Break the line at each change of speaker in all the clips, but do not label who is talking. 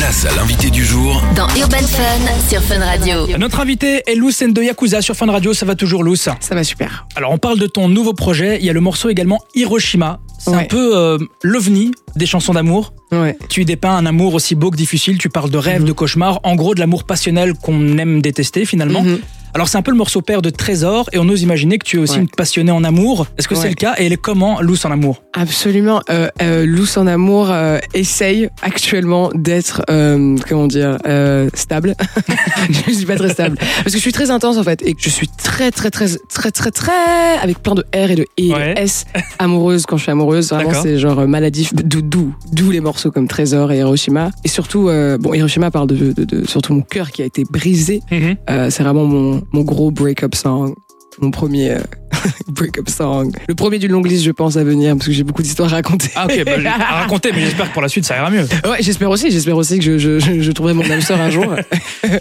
Place à l'invité du jour
Dans Urban Fun sur Fun Radio.
Notre invité est Lou Sendo Yakuza sur Fun Radio, ça va toujours Lou ça.
Ça va super.
Alors on parle de ton nouveau projet, il y a le morceau également Hiroshima. C'est un
Ouais.
peu euh, l'ovni des chansons d'amour.
Ouais.
Tu y dépeins un amour aussi beau que difficile, tu parles de rêve,
Mhm.
de cauchemar, en gros de l'amour passionnel qu'on aime détester finalement.
Mhm.
Alors c'est un peu le morceau père de Trésor et on ose imaginer que tu es aussi
Ouais.
une passionnée en amour. Est-ce que c'est
Ouais.
le cas et elle est comment Lou en amour
Absolument. Euh, euh, Luce en amour euh, essaye actuellement d'être, euh, comment dire, euh, stable. je suis pas très stable. Parce que je suis très intense en fait et que je suis très très très très très très avec plein de R et de E et de
Ouais.
S amoureuse quand je suis amoureuse. Vraiment
D'accord.
c'est genre euh, maladif. D'où d'où d'où les morceaux comme Trésor et Hiroshima. Et surtout euh, bon Hiroshima parle de, de- de- surtout mon cœur qui a été brisé Euh, c'est vraiment mon, mon gros break-up song. Mon premier euh, break-up song. Le premier d'une longue liste, je pense, à venir, parce que j'ai beaucoup d'histoires à raconter.
Ah ok, bah, j'ai- à raconter mais j'espère que pour la suite ça ira mieux.
ouais, j'espère aussi, j'espère aussi que je, je, je, je trouverai mon âme sœur un jour.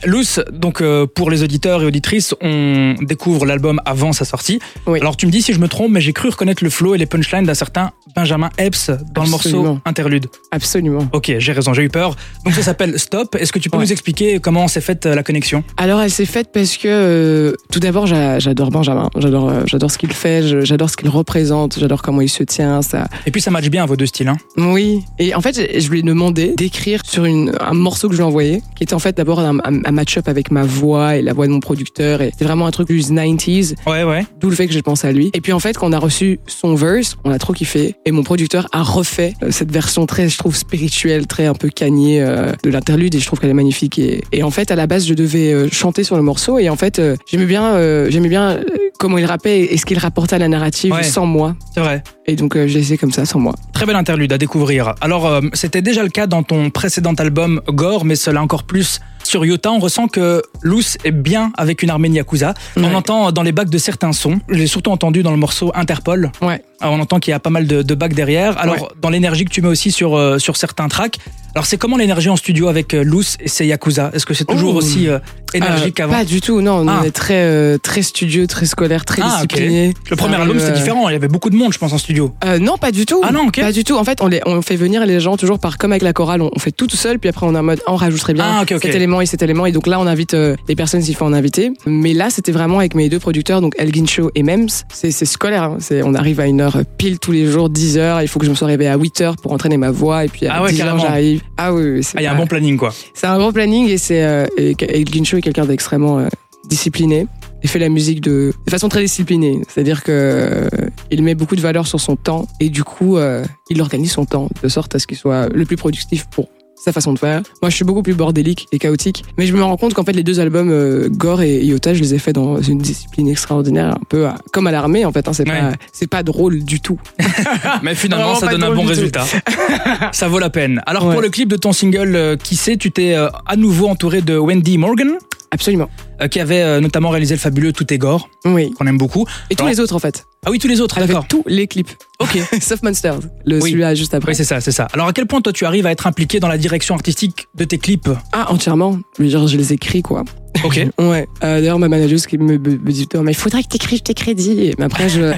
Luce, donc euh, pour les auditeurs et auditrices, on découvre l'album avant sa sortie.
Oui.
Alors tu me dis si je me trompe, mais j'ai cru reconnaître le flow et les punchlines d'un certain Benjamin Epps dans
Absolument.
le morceau Interlude.
Absolument.
Ok, j'ai raison, j'ai eu peur. Donc ça s'appelle Stop. Est-ce que tu peux
Ouais.
nous expliquer comment s'est faite euh, la connexion
Alors, elle s'est faite parce que, euh, tout d'abord, j'a- j'adore Benjamin. J'adore, euh, j'adore ce qu'il fait, je- j'adore ce qu'il représente, j'adore comment il se tient. Ça.
Et puis ça matche bien vos deux styles. Hein.
Oui. Et en fait, je- je lui ai demandé d'écrire sur une, un morceau que je lui ai envoyé, qui était en fait d'abord un, un- un match-up avec ma voix et la voix de mon producteur. Et c'était vraiment un truc plus 90s.
Ouais, ouais.
D'où le fait que j'ai pensé à lui. Et puis en fait, quand on a reçu son verse, on a trop kiffé. Et mon producteur a refait euh, cette version très, je trouve, spirituelle, très un peu cagnée euh, de l'interlude. Et je trouve qu'elle est magnifique. Et, et en fait, à la base, je devais euh, chanter sur le morceau. Et en fait, euh, j'aimais bien, euh, j'aimais bien euh, comment il rappait et ce qu'il rapportait à la narrative
Ouais.
sans moi.
C'est vrai.
Et donc, euh, je l'ai laissé comme ça, sans moi.
Très belle interlude à découvrir. Alors, euh, c'était déjà le cas dans ton précédent album Gore, mais cela encore plus. Sur Yota, on ressent que Loose est bien avec une armée Yakuza. On
Ouais.
entend dans les bacs de certains sons. Je l'ai surtout entendu dans le morceau Interpol.
Ouais.
Alors, on entend qu'il y a pas mal de, de bacs derrière. Alors,
Ouais.
dans l'énergie que tu mets aussi sur, euh, sur certains tracks. Alors, c'est comment l'énergie en studio avec euh, Loose et ses Yakuza Est-ce que c'est toujours
Ouh.
aussi euh, énergique
Euh,
qu'avant
Pas du tout, non. nous,
Ah.
On est très, euh, très studio, très scolaire, très
Ah, ok.
discipliné.
Le premier
Ça
album,
arrive,
c'était
euh,
différent. Il y avait beaucoup de monde, je pense, en studio.
Euh, non, pas du tout.
Ah non, ok.
Pas du tout. En fait, on, les, on fait venir les gens toujours par comme avec la chorale, on, on fait tout tout seul, puis après on a un mode, ah, on rajouterait bien
Ah, ok, ok.
cet élément et cet élément. Et donc là, on invite euh, les personnes s'il faut en inviter. Mais là, c'était vraiment avec mes deux producteurs, donc El Guincho et Mems. C'est c'est scolaire. hein. C'est- On arrive à une heure pile tous les jours, 10 heures. Il faut que je me sois réveillée à 8 heures pour entraîner ma voix. Et puis à
Ah ouais,
10 heures,
carrément.
j'arrive. Ah oui, oui, c'est
Ah, il y a un
pas-
bon planning, quoi.
c'est un grand planning et c'est euh, et que- El Guincho est quelqu'un d'extrêmement euh, discipliné. Il fait la musique de, de façon très disciplinée, c'est-à-dire que euh, il met beaucoup de valeur sur son temps et du coup euh, il organise son temps de sorte à ce qu'il soit le plus productif pour sa façon de faire. Moi, je suis beaucoup plus bordélique et chaotique, mais je me rends compte qu'en fait les deux albums euh, Gore et Iota, je les ai faits dans une discipline extraordinaire, un peu à- comme à l'armée en fait. hein. c'est
Ouais.
pas c'est pas drôle du tout.
Mais finalement,
Vraiment
ça
pas
donne un
drôle
bon
du tout.
résultat. ça vaut la peine. Alors, pour
Ouais.
le clip de ton single euh, Qui sait, tu t'es euh, à nouveau entouré de Wendy Morgan,
Absolument.
euh, qui avait euh, notamment réalisé le fabuleux Tout est gore,
Oui.
qu'on aime beaucoup.
Et tous
Alors-
les autres en fait.
Ah oui, tous les autres,
Elle a fait
d'accord.
tous les clips,
Ok.
sauf Monsters, le
Oui.
celui-là juste après.
Oui, c'est ça, c'est ça. Alors, à quel point, toi, tu arrives à être impliqué dans la direction artistique de tes clips
Ah, entièrement. Je veux dire, je les écris, quoi.
Ok.
Ouais. Euh, D'ailleurs, ma manageuse qui me, me- me dit, Oh, mais il faudrait que t'écrives tes crédits. Mais après, je,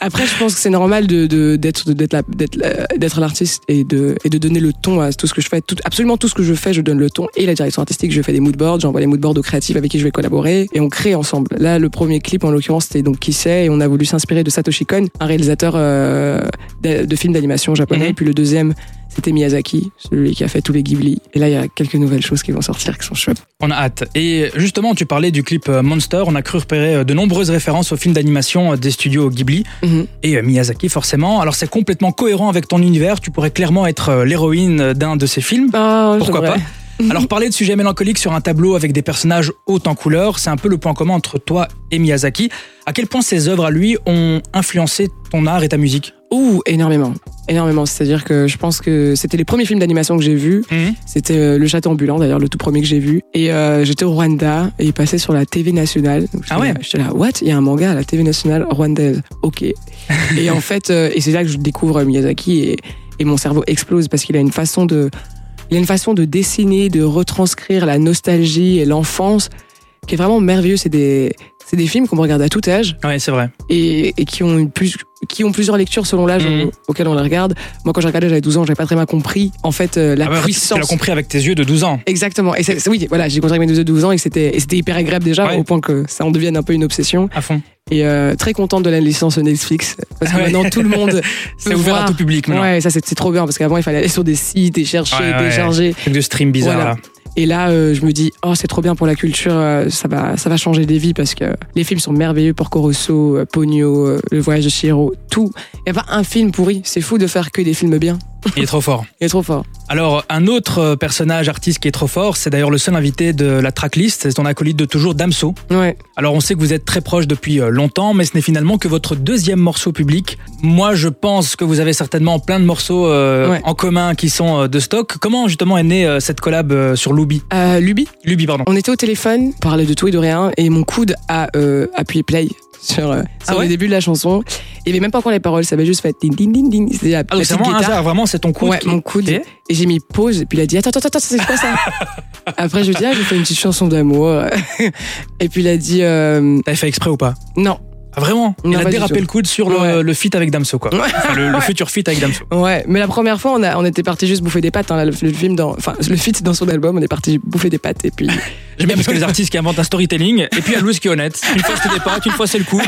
après, je pense que c'est normal de- de- d'être de, d'être la- d'être la- d'être l'artiste et de, et de donner le ton à tout ce que je fais. Tout- absolument tout ce que je fais, je donne le ton et la direction artistique. Je fais des moodboards, j'envoie les moodboards aux créatifs avec qui je vais collaborer et on crée ensemble. Là, le premier clip, en l'occurrence, c'était donc Qui sait et on a voulu s'inspirer de Satoshi Kon, un réalisateur euh, de, de films d'animation japonais.
Mhm.
Et puis le deuxième, c'était Miyazaki, celui qui a fait tous les Ghibli. Et là, il y a quelques nouvelles choses qui vont sortir qui sont chouettes.
On a hâte. Et justement, tu parlais du clip euh, Monster. On a cru repérer euh, de nombreuses références aux films d'animation euh, des studios Ghibli
Mhm.
et euh, Miyazaki, forcément. Alors, c'est complètement cohérent avec ton univers. Tu pourrais clairement être euh, l'héroïne euh, d'un de ces films.
Oh,
Pourquoi
j'aimerais.
Alors parler de sujets mélancoliques sur un tableau avec des personnages hauts en couleurs, c'est un peu le point commun entre toi et Miyazaki. À quel point ces œuvres à lui ont influencé ton art et ta musique
Ouh, énormément. Énormément. C'est-à-dire que je pense que c'était les premiers films d'animation que j'ai vus. C'était euh, Le Château Ambulant, d'ailleurs, le tout premier que j'ai vu. Et euh, j'étais au Rwanda et il passait sur la TV nationale. Donc, j'étais
Ah ouais.
là- J'étais là, what Il y a un manga à la TV nationale rwandaise. Ok. et en fait, euh, et c'est là que je découvre Miyazaki et, et mon cerveau explose parce qu'il a une façon de. Il a une façon de dessiner, de retranscrire la nostalgie et l'enfance qui est vraiment merveilleux. C'est des, c'est des films qu'on peut regarder à tout âge
Ouais, c'est vrai.
et, et qui, ont une plus, qui ont plusieurs lectures selon l'âge
Mhm.
au- auquel on les regarde. Moi, quand j'ai regardé, j'avais 12 ans, j'avais pas très bien compris en fait euh, la
Ah bah oui, tu
puissance.
l'as compris avec tes yeux de 12 ans.
Exactement. Et c'est- c'est- oui, voilà, j'ai contracté mes deux de 12 ans et que c'était et c'était hyper agréable déjà,
Ouais.
au point que ça en devienne un peu une obsession.
À fond.
Et euh, très contente de la licence Netflix, parce que
Ah ouais.
maintenant tout le monde.
C'est ouvert
voir.
à tout public maintenant.
Ouais, ça c'est c'est trop bien, parce qu'avant il fallait aller sur des sites et chercher,
Ouais, ouais.
télécharger.
Truc de stream bizarre
Voilà.
là.
Et là, euh, je me dis, oh, c'est trop bien pour la culture, euh, ça va, ça va changer des vies parce que les films sont merveilleux. Porco Rosso, euh, Pogno, euh, Le Voyage de Chihiro, tout. Il n'y a pas un film pourri. C'est fou de faire que des films bien.
Il est trop fort.
Il est trop fort.
Alors, un autre euh, personnage artiste qui est trop fort, c'est d'ailleurs le seul invité de la tracklist, c'est ton acolyte de toujours, Damso.
Ouais.
Alors, on sait que vous êtes très proche depuis euh, longtemps, mais ce n'est finalement que votre deuxième morceau public. Moi, je pense que vous avez certainement plein de morceaux euh,
Ouais.
en commun qui sont euh, de stock. Comment justement est née euh, cette collab euh, sur Lubi
Euh, Luby,
Lubi, pardon.
on était au téléphone, on parlait de tout et de rien, et mon coude a euh, appuyé play sur, euh,
Ah
sur
ouais
le début de la chanson. Il n'y avait même pas encore les paroles, ça avait juste fait ding ding ding ding. C'était la,
Ah,
la
donc, c'est
petite
vraiment un
guitare.
hasard, vraiment, c'est ton coup.
Ouais, mon coude.
Ok.
Et j'ai mis pause, et puis il a dit Attends, attends, attends, c'est quoi ça Après, je lui ai dit Ah, j'ai fait une petite chanson d'amour. et puis il a dit euh,
T'avais fait exprès ou pas
Non,
Ah, Vraiment
Non,
Il a
pas du
dérapé
tout.
le coude sur le,
Ouais.
le feat avec Damso, quoi. Enfin, le, le futur feat avec Damso.
Ouais, mais la première fois, on, a, on était parti juste bouffer des pâtes. hein, là, le, le film, dans, enfin le feat dans son album, on est parti bouffer des pâtes et puis.
J'aime bien parce que les artistes qui inventent un storytelling, et puis à Louis qui est honnête. Une fois c'était des pattes, une fois c'est le coude.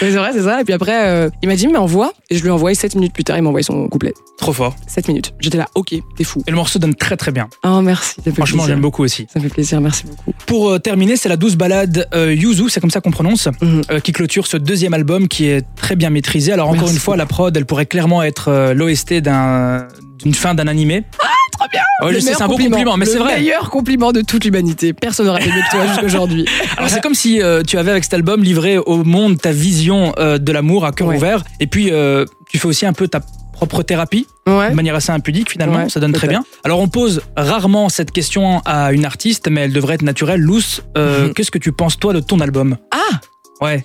Mais c'est vrai, c'est ça. Et puis après, euh, il m'a dit mais envoie et je lui ai envoyé 7 minutes plus tard. Il m'a envoyé son couplet.
Trop fort.
7 minutes. J'étais là, ok, t'es fou.
Et le morceau donne très très bien.
Oh merci. ça fait
Franchement,
plaisir.
j'aime beaucoup aussi.
Ça me fait plaisir, merci beaucoup.
Pour euh, terminer, c'est la douce balade euh, Yuzu, c'est comme ça qu'on prononce,
Mhm.
euh, qui clôture ce deuxième album qui est très bien maîtrisé. Alors encore
Merci.
une fois, la prod, elle pourrait clairement être euh, l'OST d'un d'une fin d'un animé. Ah, trop
bien
je
Le
sais, c'est un
meilleur
bon compliment, mais
le
c'est vrai.
meilleur compliment de toute l'humanité. Personne n'aurait fait mieux que toi jusqu'aujourd'hui.
Alors c'est comme si euh, tu avais avec cet album livré au monde ta vision euh, de l'amour à cœur
Ouais.
ouvert, et puis euh, tu fais aussi un peu ta propre thérapie.
Ouais.
de manière assez impudique finalement,
Ouais,
ça donne très
peut-être.
bien. Alors on pose rarement cette question à une artiste, mais elle devrait être naturelle. Luce, euh,
Mhm.
qu'est-ce que tu penses toi de ton album
Ah
Ouais,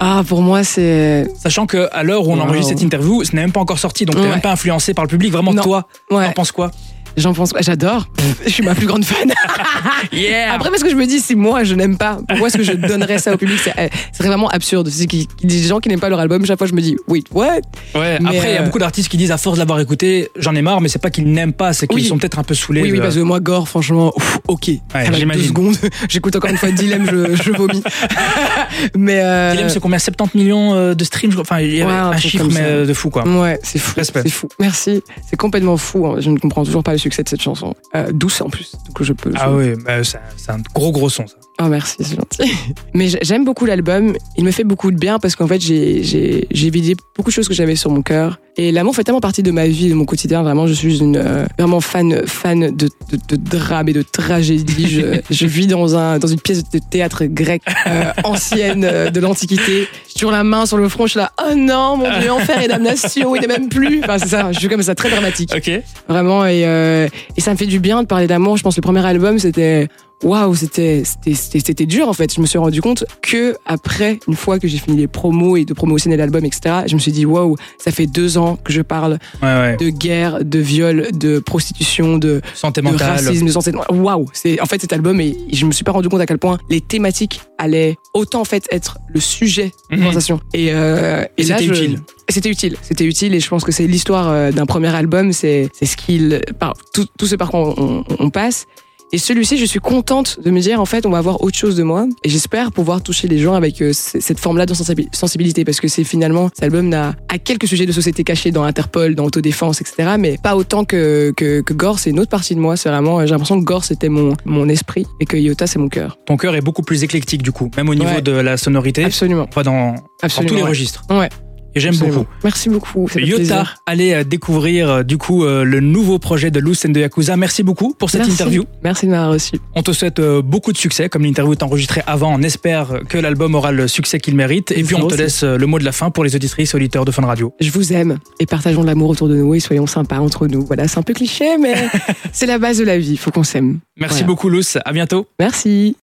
Ah pour moi c'est
sachant que à l'heure où on
Wow.
enregistre cette interview, ce n'est même pas encore sorti, donc t'es
Ouais.
même pas influencé par le public. Vraiment
Non.
toi,
ouais.
t'en penses quoi
J'en pense pas. J'adore. Je suis ma plus grande fan.
Yeah.
Après, parce que je me dis, si moi je n'aime pas, pourquoi est-ce que je donnerais ça au public C'est euh, ce serait vraiment absurde. C'est qu'il- qu'il y a des gens qui n'aiment pas leur album. Chaque fois, je me dis, wait, what
Ouais.
Mais,
Après, il y a
euh,
beaucoup d'artistes qui disent à force de l'avoir écouté, j'en ai marre, mais c'est pas qu'ils n'aiment pas, c'est qu'ils
Oui.
sont peut-être un peu saoulés. Euh,
Oui, oui,
de-
parce que moi, Gore, franchement, ouf, ok. Ça va,
j'imagine.
deux secondes. J'écoute encore une fois Dilemme, je, je vomis. mais. euh,
Dylan, c'est combien 70 millions euh, de streams, je crois. enfin il y a
Ouais, un
un
truc
chiffre
comme
mais
ça. Mm.
euh, de fou quoi.
Ouais, c'est fou.
Respect.
C'est fou. Merci. C'est complètement fou. hein. Je ne comprends toujours pas le succès de cette chanson. Euh, douce en plus. Donc je peux.
Ah
je-
oui, bah, c'est c'est un gros gros son ça.
Oh merci, c'est gentil. Mais j- j'aime beaucoup l'album. Il me fait beaucoup de bien parce qu'en fait, j'ai- j'ai j'ai vidé beaucoup de choses que j'avais sur mon cœur. Et l'amour fait tellement partie de ma vie, de mon quotidien. Vraiment, je suis une euh, vraiment fan fan de, de, de drame et de tragédie. Je, je vis dans un dans une pièce de théâtre grec euh, ancienne euh, de l'Antiquité. J'ai toujours la main sur le front. Je suis là. Oh non, mon dieu, enfer et damnation. Il n'est même plus. Enfin, c'est ça. Je suis comme ça, très dramatique.
Ok.
Vraiment, et, euh, et ça me fait du bien de parler d'amour. Je pense que le premier album, c'était. Waouh, c'était c'était- c'était c'était dur en fait. Je me suis rendu compte que après, une fois que j'ai fini les promos et de promotionner l'album, etc., je me suis dit waouh, ça fait deux ans que je parle
Ouais ouais.
de guerre, de viol, de prostitution, de,
Santé
de
mentale.
racisme, de santé. Waouh, c'est en fait cet album et je me suis pas rendu compte à quel point les thématiques allaient autant en fait être le sujet de
Mhm.
conversation. Mm. Et, euh,
Et
là,
c'était
je-
utile.
C'était utile, c'était utile et je pense que c'est l'histoire euh, d'un premier album, c'est c'est ce qu'il par tout, tout ce par quoi on, on- on passe. Et celui-ci, je suis contente de me dire en fait, on va avoir autre chose de moi et j'espère pouvoir toucher les gens avec euh, c- cette forme-là de sensibi- sensibilité parce que c'est finalement cet album n'a à quelques sujets de société cachés dans Interpol, dans autodéfense, etc. Mais pas autant que que, que Gore, c'est une autre partie de moi. C'est vraiment, j'ai l'impression que Gore c'était mon mon esprit et que Yota c'est mon cœur.
Ton cœur est beaucoup plus éclectique du coup, même au niveau
Ouais.
de la sonorité.
Absolument,
Pas dans, dans
absolument.
tous les
ouais.
registres.
Ouais.
Et j'aime
Absolument.
beaucoup.
Merci beaucoup. ça fait
Yota,
plaisir.
allez euh, découvrir euh, du coup euh, le nouveau projet de Loose and de Yakuza. Merci beaucoup pour cette
Merci.
interview.
Merci de m'avoir reçu.
On te souhaite euh, beaucoup de succès. Comme l'interview est enregistrée avant, on espère que l'album aura le succès qu'il mérite. Et puis on te
Merci.
laisse euh, le mot de la fin pour les auditrices et auditeurs de Fun Radio.
je vous aime et partageons de l'amour autour de nous et soyons sympas entre nous. Voilà, c'est un peu cliché, mais c'est la base de la vie. Faut qu'on s'aime.
Merci
Voilà.
beaucoup Loose, à bientôt.
Merci.